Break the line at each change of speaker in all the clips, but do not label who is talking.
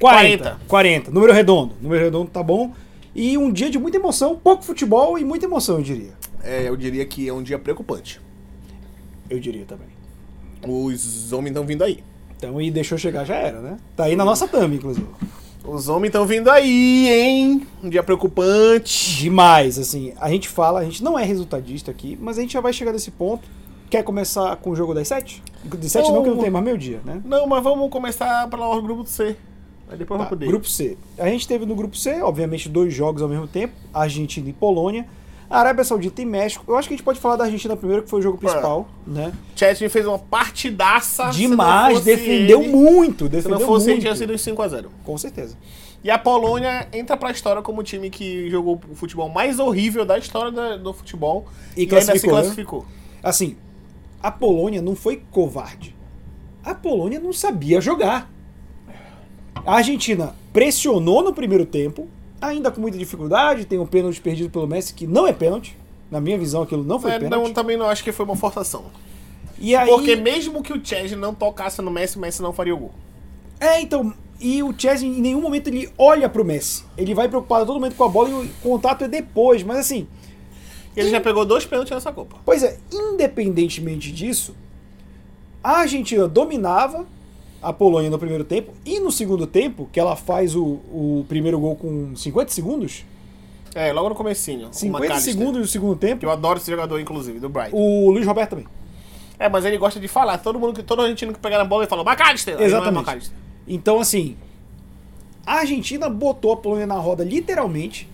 40. 40. Número redondo. Número redondo tá bom. E um dia de muita emoção, pouco futebol e muita emoção, eu diria.
É, eu diria que é um dia preocupante.
Eu diria também.
Os homens estão vindo aí.
Então, e deixou chegar, já era, né? Tá aí na nossa thumb, inclusive.
Os homens estão vindo aí, hein? Um dia preocupante.
Demais, assim. A gente fala, a gente não é resultadista aqui, mas a gente já vai chegar nesse ponto. Quer começar com o jogo das sete? De sete não,
Não.
que não tem mais meio dia, né?
Não, mas vamos começar pelo grupo C. Aí depois
Tá,
vamos poder.
grupo C. A gente teve no grupo C, obviamente, dois jogos ao mesmo tempo: Argentina e Polônia. Arábia Saudita e México. Eu acho que a gente pode falar da Argentina primeiro, que foi o
É.
jogo principal, né?
Chesney fez uma partidaça. se não
Demais,
fosse
defendeu
ele-
muito,
Se
defendeu
não fosse, ele
muito.
tinha sido uns 5x0.
Com certeza.
E a Polônia entra pra história como o time que jogou o futebol mais horrível da história da- do futebol.
E
ainda se
classificou, né?
classificou.
Assim, a Polônia não foi covarde. A Polônia não sabia jogar. A Argentina pressionou no primeiro tempo, ainda com muita dificuldade, tem um pênalti perdido pelo Messi que não é pênalti. Na minha visão, aquilo não foi
É,
pênalti.
não, também não acho que foi uma forçação.
E aí
Porque mesmo que o Chesney não tocasse no Messi, o Messi não faria o gol.
É, então, e o Chesney em nenhum momento ele olha pro Messi. Ele vai preocupado a todo momento com a bola e o contato é depois, mas assim,
E ele já pegou dois pênaltis nessa Copa.
Pois é, independentemente disso, a Argentina dominava a Polônia no primeiro tempo e no segundo tempo, que ela faz o, o primeiro gol com 50 segundos,
É, logo no comecinho. o
50
McAllister.
segundos do segundo
Eu
tempo,
adoro esse jogador, inclusive, do Brighton.
o Luiz Roberto também.
É, mas ele gosta de falar. Todo mundo que todo argentino que pegar na bola, ele fala, McAllister! Aí Não é
Exatamente.
McAllister.
Então, assim, a Argentina botou a Polônia na roda literalmente.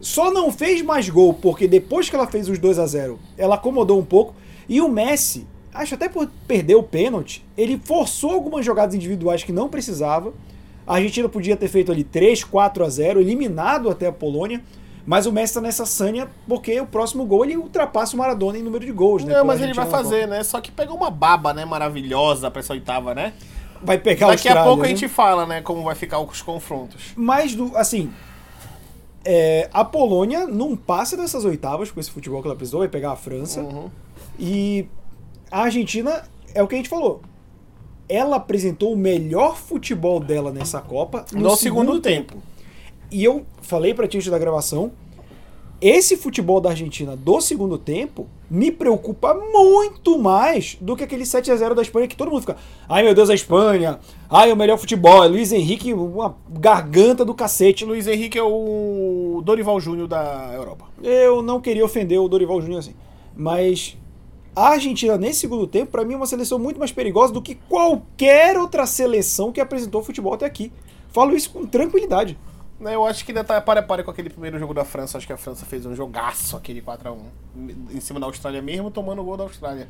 Só não fez mais gol porque depois que ela fez os 2 a 0 ela acomodou um pouco. E o Messi, acho até por perder o pênalti, ele forçou algumas jogadas individuais que não precisava. A Argentina podia ter feito ali 3, 4 a 0 eliminado até a Polônia. Mas o Messi tá nessa sanha porque o próximo gol ele ultrapassa o Maradona em número de gols, né? pela
Não, É, mas ele
Argentina
vai
na Copa.
fazer, né? Só que pegou uma baba, né? Maravilhosa pra essa oitava, né?
Vai pegar a
Daqui a
Austrália,
pouco a
né?
gente fala, né? Como vai ficar os confrontos.
Mas, do, assim, é, a Polônia não passa dessas oitavas com esse futebol que ela precisou, vai pegar a França. E a Argentina, é o que a gente falou, ela apresentou o melhor futebol dela nessa Copa
No, segundo, tempo.
E eu falei pra ti antes da gravação, esse futebol da Argentina do segundo tempo me preocupa muito mais do que aquele 7 a 0 da Espanha que todo mundo fica, ai meu Deus, a Espanha, ai o melhor futebol, é Luiz Henrique, uma garganta do cacete.
Luiz Henrique é o Dorival Júnior da Europa.
Eu não queria ofender o Dorival Júnior assim, mas a Argentina nesse segundo tempo pra mim é uma seleção muito mais perigosa do que qualquer outra seleção que apresentou futebol até aqui. Falo isso com tranquilidade.
Né, Eu acho que ainda tá para para com aquele primeiro jogo da França. Acho que a França fez um jogaço, aquele 4x1. Em cima da Austrália mesmo, tomando o gol da Austrália.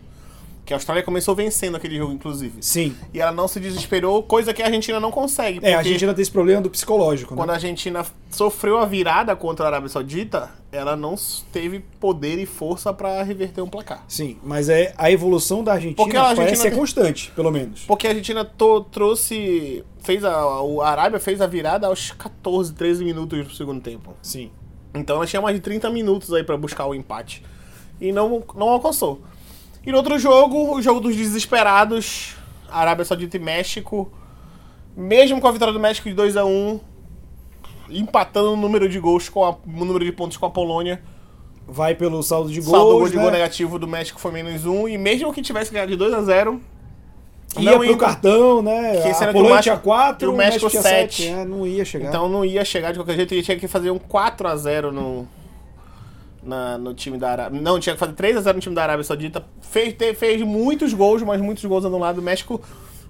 Que a Austrália começou vencendo aquele jogo, inclusive.
Sim.
E ela não se desesperou, coisa que a Argentina não
É,
consegue.
a
porque
Argentina tem esse problema do psicológico, né?
Quando a Argentina sofreu a virada contra a Arábia Saudita, ela não s- teve poder e força para reverter um placar.
Sim, mas é a evolução da Argentina
Porque a Argentina
parece ser
tem-
constante, pelo menos.
Porque a Argentina to- trouxe. fez a, a Arábia fez a virada aos 14, 13 minutos do segundo tempo.
Sim.
Então ela tinha mais de 30 minutos aí pra buscar o empate. E não, não alcançou. E no outro jogo, o jogo dos desesperados, Arábia Saudita e México. Mesmo com a vitória do México de 2 a 1 empatando o número de gols com a- o número de pontos com a Polônia.
Vai pelo saldo de
O
gols,
saldo gol de
né?
gol negativo do México foi menos um. E mesmo que tivesse ganhado de 2 a 0
ia pro
entra.
cartão, né?
Que
a
sendo que o
Polônia
México-
tinha 4,
o México
tinha
sete.
sete, né? Não ia chegar.
Então não ia chegar de qualquer jeito, ele tinha que fazer um 4x0 no, na- no time da Arábia. Não, tinha que fazer 3x0 no time da Arábia Saudita. Fez, te- fez muitos gols, mas muitos gols anulados. O México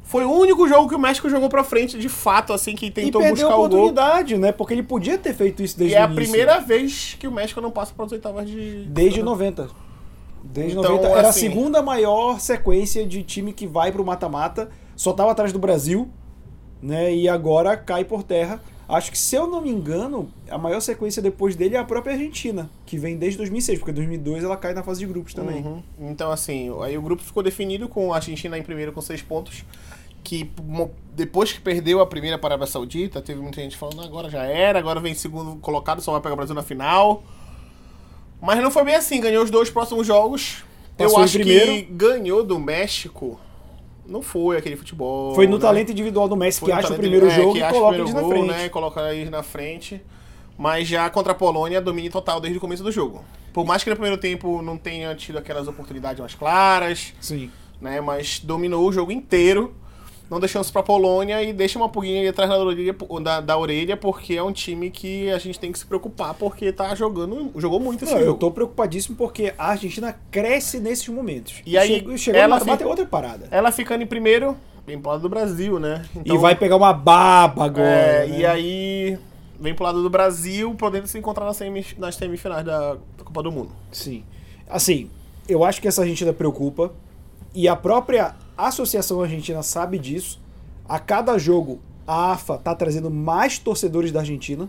foi o único jogo que o México jogou pra frente, de fato, assim, que
e
tentou
perdeu
buscar
a
o gol.
oportunidade, né? Porque ele podia ter feito isso
E
desde
é
o
a
início.
primeira vez que o México não passa para as oitavas de.
Desde 90. Desde
Então,
90. Era
assim-
a segunda maior sequência de time que vai pro mata-mata. Só tava atrás do Brasil, né? E agora cai por terra. Acho que, se eu não me engano, a maior sequência depois dele é a própria Argentina, que vem desde 2006, porque em 2002 ela cai na fase de grupos também.
Uhum. Então, assim, aí o grupo ficou definido com a Argentina em primeiro com seis pontos. Que mo- depois que perdeu a primeira para a Arábia Saudita, teve muita gente falando, "Ah, agora já era, agora vem segundo colocado, só vai pegar o Brasil na final. Mas não foi bem assim, ganhou os dois próximos jogos.
Passou
Eu
em
acho que
primeiro.
ganhou do México Não foi aquele futebol.
Foi no
né?
talento individual do Messi
Foi
que
no
acha o
talento-
primeiro
é,
jogo
que
e
acha o
coloca eles
primeiro
na
gol,
frente.
né, e coloca eles na frente. Mas já contra a Polônia, domínio total desde o começo do jogo. Por mais que no primeiro tempo não tenha tido aquelas oportunidades mais claras,
Sim.
né? Mas dominou o jogo inteiro. Não deixou isso pra Polônia e deixa uma pulguinha aí atrás da orelha, da, da orelha, porque é um time que a gente tem que se preocupar, porque tá jogando, jogou muito esse
Não,
jogo.
Então, assim, eu tô preocupadíssimo porque a Argentina cresce nesses momentos.
E aí,
chegou, chegou
ela
ela bate
fica-
outra parada.
Ela ficando em primeiro, vem pro lado do Brasil, né? Então,
e vai pegar uma baba agora.
é,
né?
E aí vem pro lado do Brasil, podendo se encontrar nas, semis, nas semifinais da Copa do Mundo.
Sim. Assim, eu acho que essa Argentina preocupa. E a própria Associação Argentina sabe disso. A cada jogo, a AFA tá trazendo mais torcedores da Argentina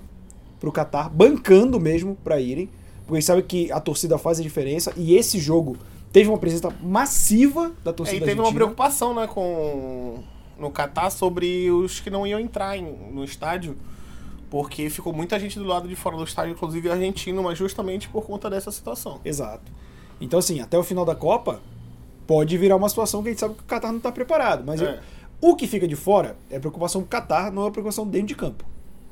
pro Catar, bancando mesmo para irem. Porque sabe que a torcida faz a diferença. E esse jogo teve uma presença massiva da
É, e
torcida
teve uma
argentina.
preocupação, né, com no Catar sobre os que não iam entrar em- no estádio, porque ficou muita gente do lado de fora do estádio, inclusive argentino, mas justamente por conta dessa situação.
Exato. Então, assim, até o final da Copa, pode virar uma situação que a gente sabe que o Catar não tá preparado. Mas
É.
o que fica de fora é preocupação com o Catar, não é preocupação dentro de campo.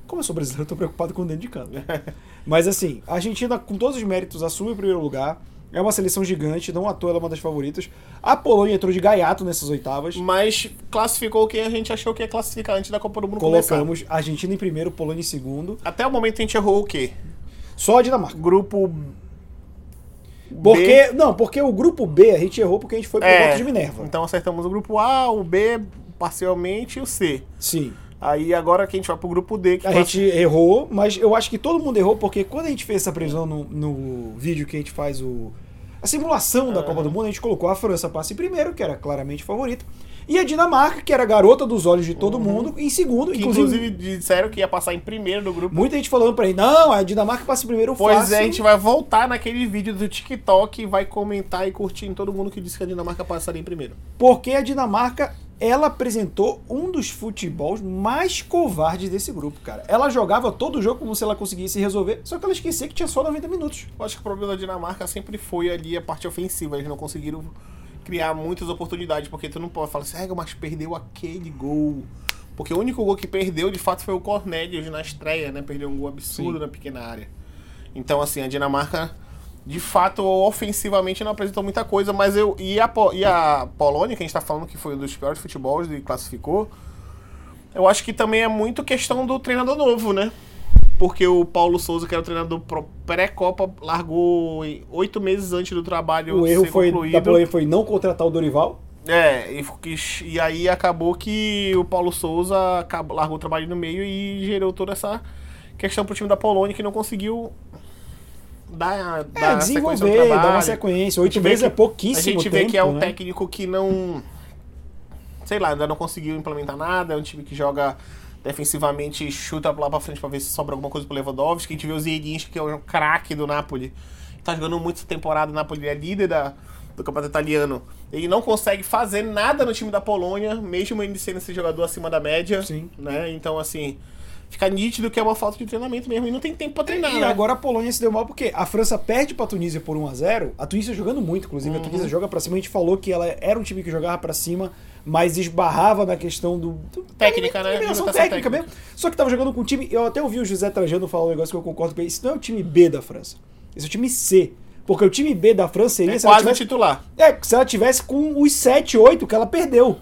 Como eu sou brasileiro, eu tô preocupado com dentro de campo. mas, assim, a Argentina, com todos os méritos, assume o primeiro lugar. É uma seleção gigante, não à toa ela é uma das favoritas. A Polônia entrou de gaiato nessas oitavas.
Mas classificou quem a gente achou que ia classificar antes da Copa do Mundo começar.
Colocamos a Argentina em primeiro, Polônia em segundo.
Até o momento a gente errou o quê?
Só a Dinamarca.
Grupo
Porque, não, porque o grupo B a gente errou porque a gente foi pro
É,
voto um de Minerva.
Então acertamos o grupo A, o B parcialmente e o C.
Sim.
Aí agora que a gente vai pro grupo D, que
A gente errou, mas eu acho que todo mundo errou, porque quando a gente fez essa previsão no, no vídeo que a gente faz o. A simulação da Copa do Mundo, a gente colocou a França passa em primeiro, que era claramente favorita, e a Dinamarca, que era a garota dos olhos de todo mundo, em segundo,
Uhum. que
inclusive,
inclusive disseram que ia passar em primeiro do grupo.
Muita gente falando pra ele, não, a Dinamarca passa em primeiro
Pois
fácil.
é, a gente vai voltar naquele vídeo do TikTok e vai comentar e curtir em todo mundo que disse que a Dinamarca passaria em primeiro.
Porque a Dinamarca, ela apresentou um dos futebols mais covardes desse grupo, cara. Ela jogava todo o jogo como se ela conseguisse resolver, só que ela esquecia que tinha só 90 minutos.
Eu acho que o problema da Dinamarca sempre foi ali a parte ofensiva. Eles não conseguiram criar muitas oportunidades, porque tu não pode falar assim, "Ah, mas perdeu aquele gol. Porque o único gol que perdeu, de fato, foi o Cornelius na estreia, né? Perdeu um gol
Sim.
absurdo na pequena área. Então, assim, a Dinamarca, de fato, ofensivamente não apresentou muita coisa, mas eu. E a, Po- e a Polônia, que a gente tá falando que foi um dos piores futebols e classificou, eu acho que também é muito questão do treinador novo, né? Porque o Paulo Souza, que era o treinador pro- pré-Copa, largou em- oito meses antes do trabalho
O erro
ser
foi da
concluído.
Polônia foi não contratar o Dorival.
É, e, f- quis- e aí acabou que o Paulo Souza acabou- largou o trabalho no meio e gerou toda essa questão pro time da Polônia que não conseguiu dar,
É,
dar sequência ao
desenvolver,
trabalho.
dar uma sequência.
A gente
Oito
vê
meses é
que-
pouquíssimo
A gente
tempo,
vê que é um
né?
técnico que não. Sei lá, ainda não conseguiu implementar nada. É um time que joga defensivamente e chuta lá pra frente pra ver se sobra alguma coisa pro Lewandowski. A gente vê o Zielinski, que é um craque do Napoli. Tá jogando muito essa temporada. O Napoli é líder da, do campeonato italiano. Ele não consegue fazer nada no time da Polônia, mesmo ele sendo esse jogador acima da média.
Sim.
Né? Então, assim, fica nítido que é uma falta de treinamento mesmo. E não tem tempo pra treinar.
E
né?
agora a Polônia se deu mal porque a França perde pra Tunísia por 1 a 0 A Tunísia tá jogando muito, inclusive.
Uhum.
A Tunísia joga pra cima. A gente falou que ela era um time que jogava pra cima, mas esbarrava na questão do. do
Técnica, né?
eliminação
Limitação
técnica,
técnica.
mesmo. Só que tava jogando com um time. Eu até ouvi o José Trajano falar um negócio que eu concordo com ele. Isso não é o time B da França. Esse é o time C. Porque o time B da França seria
É
se ela
quase o
tivesse
titular.
É, se ela tivesse com os 7, 8 que ela perdeu.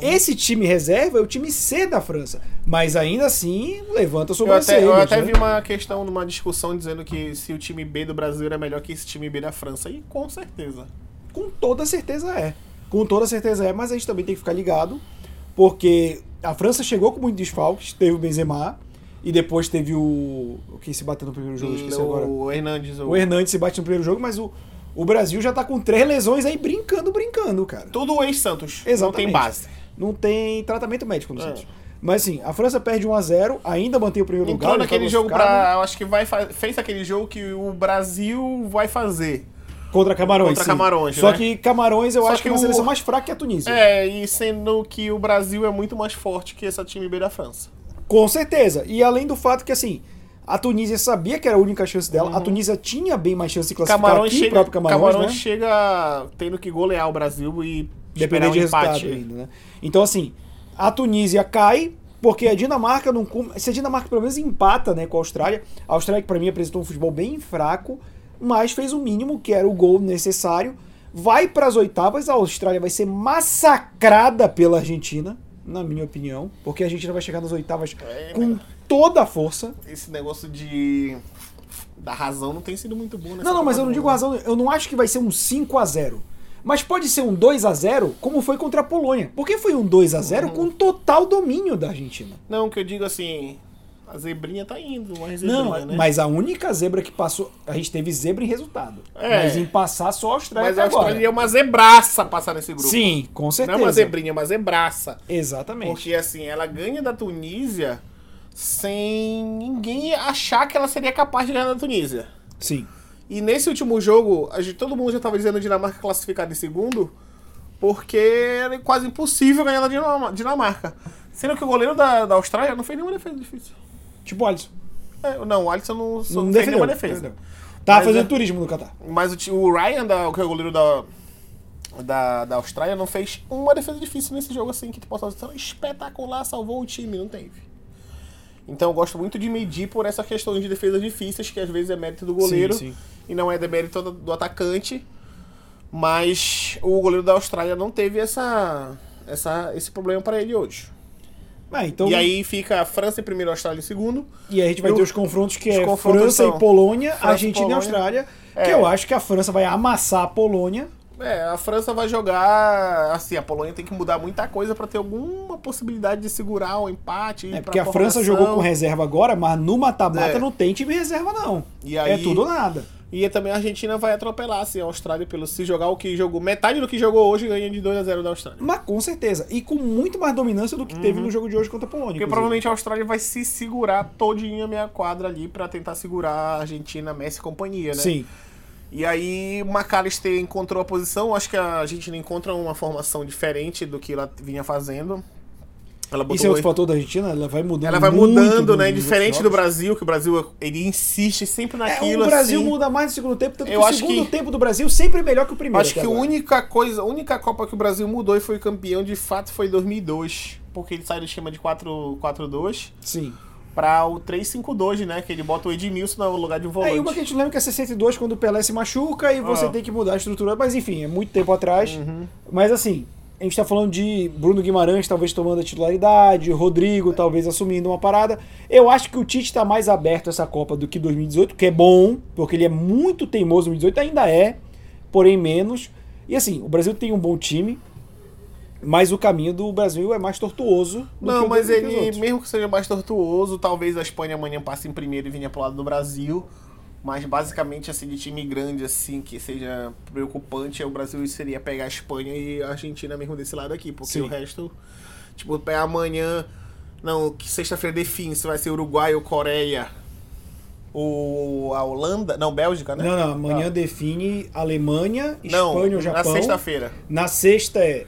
Esse time reserva é o time C da França. Mas ainda assim, levanta a
Eu até,
sobrancelha.
eu até vi
né?
uma questão numa discussão dizendo que se o time B do Brasil era melhor que esse time B da França. E com certeza.
Com toda certeza é. Com toda certeza é, mas a gente também tem que ficar ligado, porque a França chegou com muitos desfalques, teve o Benzema, e depois teve o. o Quem se bateu no primeiro jogo, eu esqueci
o
agora.
Hernandes. O...
O Hernandes se bate no primeiro jogo, mas o, o Brasil já tá com três lesões aí brincando, brincando, cara.
Tudo ex-Santos. Não
Exatamente.
tem base.
Não tem tratamento médico no
É.
Santos. Mas assim, a França perde 1x0, ainda mantém o primeiro lugar.
Entrou
já tá
naquele jogo
classificado,
pra. eu Acho que vai fa- fez aquele jogo que o Brasil vai fazer.
Contra Camarões.
Contra
sim.
Camarões,
Só
né?
que Camarões eu
Só
acho que é uma
que o-
seleção mais fraca que a Tunísia.
É, e sendo que o Brasil é muito mais forte que esse time B da França.
Com certeza. E além do fato que, assim, a Tunísia sabia que era a única chance dela. A Tunísia tinha bem mais chance de classificar
Uhum. Camarões
que o né?
chega,
próprio Camarões,
Camarões
né?
chega tendo que golear o Brasil e
Depender
Esperar um
de resultado
empate.
ainda, né? Então, assim, a Tunísia cai porque a Dinamarca não... cum- Se a Dinamarca pelo menos empata né, com a Austrália, a Austrália que pra mim apresentou um futebol bem fraco, mas fez o mínimo, que era o gol necessário. Vai pras oitavas, a Austrália vai ser massacrada pela Argentina, na minha opinião, porque a Argentina vai chegar nas oitavas
É,
com toda a força.
Esse negócio de. da razão não tem sido muito bom, né?
Não, não, mas eu não digo razão. Eu não acho que vai ser um 5 a 0 Mas pode ser um 2 a 0 como foi contra a Polônia. Porque foi um 2 a 0 com total domínio da Argentina.
Não, o que eu digo assim. A zebrinha tá indo, mas zebrinha,
Não,
né?
mas a única zebra que passou. A gente teve zebra em resultado.
É.
Mas em passar só a Austrália
Mas
até
a
agora.
Austrália é uma zebraça passar nesse grupo.
Sim, com
Não é
certeza.
uma zebrinha, é uma zebraça.
Exatamente.
Porque assim, ela ganha da Tunísia sem ninguém achar que ela seria capaz de ganhar da Tunísia.
Sim.
E nesse último jogo, a gente, todo mundo já tava dizendo Dinamarca classificada em segundo, porque era quase impossível ganhar da Dinama- Dinamarca. Sendo que o goleiro da, da Austrália não fez nenhuma defesa difícil.
Tipo, Alisson.
É, não, o Alisson não, só
Não,
não fez
defendeu.
nenhuma defesa.
Defendeu. Tava
Mas
fazendo
é-
turismo no Catar.
Mas o, ti- o Ryan, da, que é o goleiro da, da, da Austrália, não fez uma defesa difícil nesse jogo, assim, que tu possa dizer, espetacular, salvou o time, não teve. Então eu gosto muito de medir por essas questões de defesas difíceis, que às vezes é mérito do goleiro
sim.
e não é demérito do, do atacante. Mas o goleiro da Austrália não teve essa, essa, esse problema para ele hoje.
Ah, então,
E aí fica a França em primeiro, a Austrália em segundo.
E aí a gente vai
Eu-
ter os confrontos que
os
é
confrontos
França
são
e Polônia,
França e
Argentina e
Polônia.
Austrália. Que
É.
eu acho que a França vai amassar a Polônia.
É, a França vai jogar. Assim, a Polônia tem que mudar muita coisa pra ter alguma possibilidade de segurar o empate. ir
É
pra
porque a França jogou com
prorrogação.
reserva agora, mas no mata-mata
É.
não tem time reserva, não.
E aí-
É tudo ou nada.
E também a Argentina vai atropelar, assim, a Austrália pelo se jogar o que jogou. Metade do que jogou hoje ganha de 2 a 0 da Austrália.
Mas com certeza. E com muito mais dominância do que teve no jogo de hoje contra a Polônia.
Uhum. Porque
inclusive.
provavelmente a Austrália vai se segurar todinha a meia quadra ali pra tentar segurar a Argentina, Messi e companhia, né?
Sim.
E aí o McAllister encontrou a posição, acho que a Argentina encontra uma formação diferente do que ela vinha fazendo. Ela botou
Isso é outro
o-
fator da Argentina, ela vai mudando.
Ela vai
muito
mudando,
nos
né?
outros
Diferente do
jogos.
Brasil, que o Brasil ele insiste sempre naquilo.
É, o Brasil
assim.
muda mais no segundo tempo, tanto
Eu
que o
acho
segundo
que-
tempo do Brasil sempre é melhor que o primeiro.
Acho que
até
a
agora.
única coisa, a única Copa que o Brasil mudou e foi campeão de fato foi em 2002, porque ele sai do esquema de 4 4-2
Sim.
para o 3-5-2, né? Que ele bota o Edmilson no lugar de um volante.
É, e uma que a gente lembra que é 62 quando o Pelé se machuca e você
Ah. Uhum.
tem que mudar a estrutura. Mas enfim, é muito tempo atrás. Mas assim, a gente tá falando de Bruno Guimarães talvez tomando a titularidade, Rodrigo talvez assumindo uma parada. Eu acho que o Tite tá mais aberto a essa Copa do que 2018, que é bom, porque ele é muito teimoso em 2018, ainda é, porém menos. E assim, o Brasil tem um bom time, mas o caminho do Brasil é mais tortuoso do que
Não,
o
mas
do que os
ele,
outros.
mesmo que seja mais tortuoso, talvez a Espanha amanhã passe em primeiro e vinha pro lado do Brasil. Mas basicamente, assim, de time grande, assim, que seja preocupante, o Brasil seria pegar a Espanha e a Argentina mesmo desse lado aqui. Porque
Sim.
o resto, tipo, pegar amanhã. Não, que sexta-feira define se vai ser Uruguai ou Coreia. Ou a Holanda. Não, Bélgica, né?
Não, não, amanhã
Ah.
define Alemanha,
Não,
Espanha ou Japão.
na sexta-feira.
Na sexta é.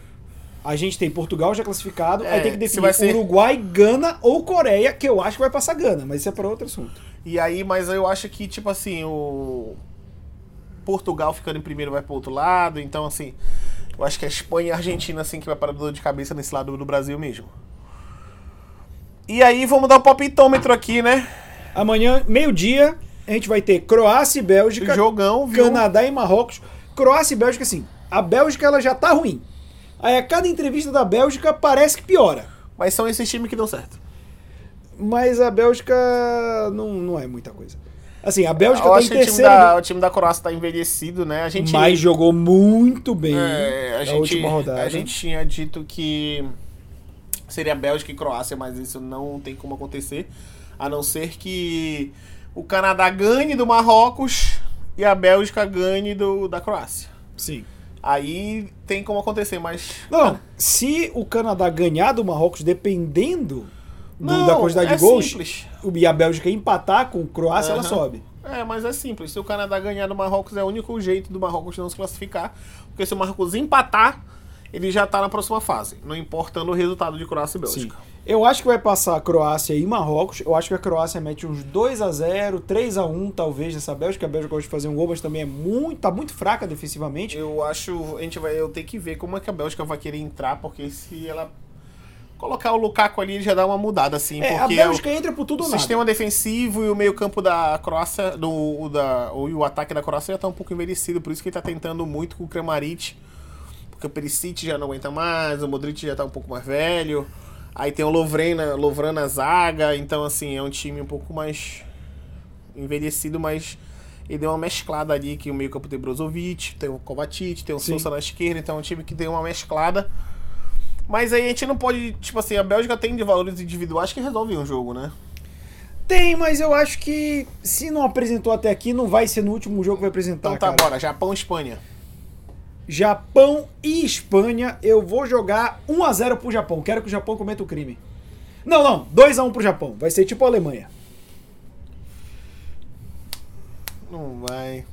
A gente tem Portugal já classificado, aí
É,
tem que
se
definir
vai ser-
Uruguai, Gana ou Coreia, que eu acho que vai passar Gana, mas isso é para outro assunto.
E aí, mas eu acho que, tipo assim, o. Portugal ficando em primeiro vai pro outro lado, então assim. Eu acho que a Espanha e a Argentina, assim, que vai para dor de cabeça nesse lado do Brasil mesmo. E aí, vamos dar o palpitômetro aqui, né?
Amanhã, meio-dia, a gente vai ter Croácia e Bélgica,
Jogão, viu?
Canadá e Marrocos. Croácia e Bélgica, assim, a Bélgica ela já tá ruim. Aí a cada entrevista da Bélgica parece que piora.
Mas são esses times que dão certo.
Mas a Bélgica não, não é muita coisa. Assim, a Bélgica
eu
tá
acho
em
que o time,
terceiro.
da, o time da Croácia tá envelhecido, né? A gente.
Mas jogou muito bem
É,
na
a, gente,
última rodada.
a gente tinha dito que seria Bélgica e Croácia, mas isso não tem como acontecer. A não ser que o Canadá ganhe do Marrocos e a Bélgica ganhe do, da Croácia.
Sim.
Aí tem como acontecer, mas.
Não, Ah, se o Canadá ganhar do Marrocos, dependendo do- da quantidade
é
de gols,
Simples.
e a Bélgica empatar com a Croácia, ela
Aham.
sobe.
É, mas é simples. Se o Canadá ganhar do Marrocos, é o único jeito do Marrocos não se classificar. Porque se o Marrocos empatar, ele já tá na próxima fase, não importando o resultado de Croácia e
Sim.
Bélgica.
Eu acho que vai passar a Croácia e Marrocos. Eu acho que a Croácia mete uns 2 a 0 3 a 1 talvez, nessa Bélgica. A Bélgica gosta de fazer um gol, mas também é muito, tá muito fraca defensivamente.
Eu acho, a gente vai, eu tenho que ver como é que a Bélgica vai querer entrar, porque se ela colocar o Lukaku ali, ele já dá uma mudada assim,
É, a
porque é o-
Bélgica entra por tudo
o
ou nada.
sistema defensivo e o meio-campo da Croácia, do, o da, o, e o ataque da Croácia já tá um pouco envelhecido, por isso que ele tá tentando muito com o Kramaric, porque o Perisic já não aguenta mais, o Modric já tá um pouco mais velho. Aí tem o Lovrena, Lovran na zaga, então assim, é um time um pouco mais envelhecido, mas ele deu uma mesclada ali, que o meio-campo tem Brozovic, tem o Kovacic, tem o
Sim.
Sousa na esquerda, então é um time que deu uma mesclada. Mas aí a gente não pode, tipo assim, a Bélgica tem de valores individuais que resolvem um jogo, né?
Tem, mas eu acho que se não apresentou até aqui, não vai ser no último jogo que vai apresentar.
Então tá,
Ah, cara.
bora, Japão e Espanha.
Japão e Espanha, eu vou jogar 1 a 0 pro Japão. Quero que o Japão cometa o crime. Não, não, 2 a 1 pro Japão. Vai ser tipo a Alemanha.
Não vai.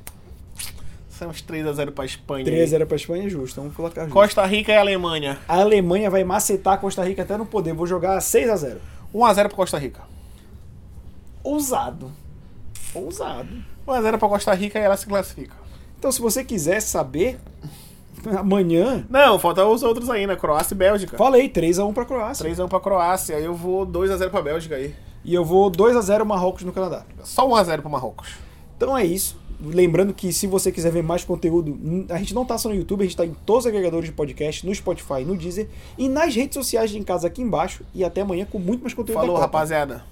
São uns 3x0 pra Espanha.
3 a 0 pra Espanha é justo, vamos colocar justo.
Costa Rica e Alemanha.
A Alemanha vai macetar a Costa Rica até não poder. Vou jogar 6 a 0.
1x0 pra Costa Rica.
Ousado. Ousado.
1x0 pra Costa Rica e ela se classifica.
Então, se você quiser saber, amanhã,
Não, faltam os outros ainda, Croácia e Bélgica.
falei 3 a 1 pra Croácia.
3x1 pra Croácia, aí eu vou 2x0 pra Bélgica aí.
E eu vou 2 a 0 Marrocos no Canadá.
Só 1x0 pro Marrocos.
Então é isso. Lembrando que se você quiser ver mais conteúdo, n- a gente não tá só no YouTube, a gente tá em todos os agregadores de podcast, no Spotify, no Deezer e nas redes sociais de em casa aqui embaixo. E até amanhã com muito mais conteúdo.
Falou,
da Copa.
rapaziada.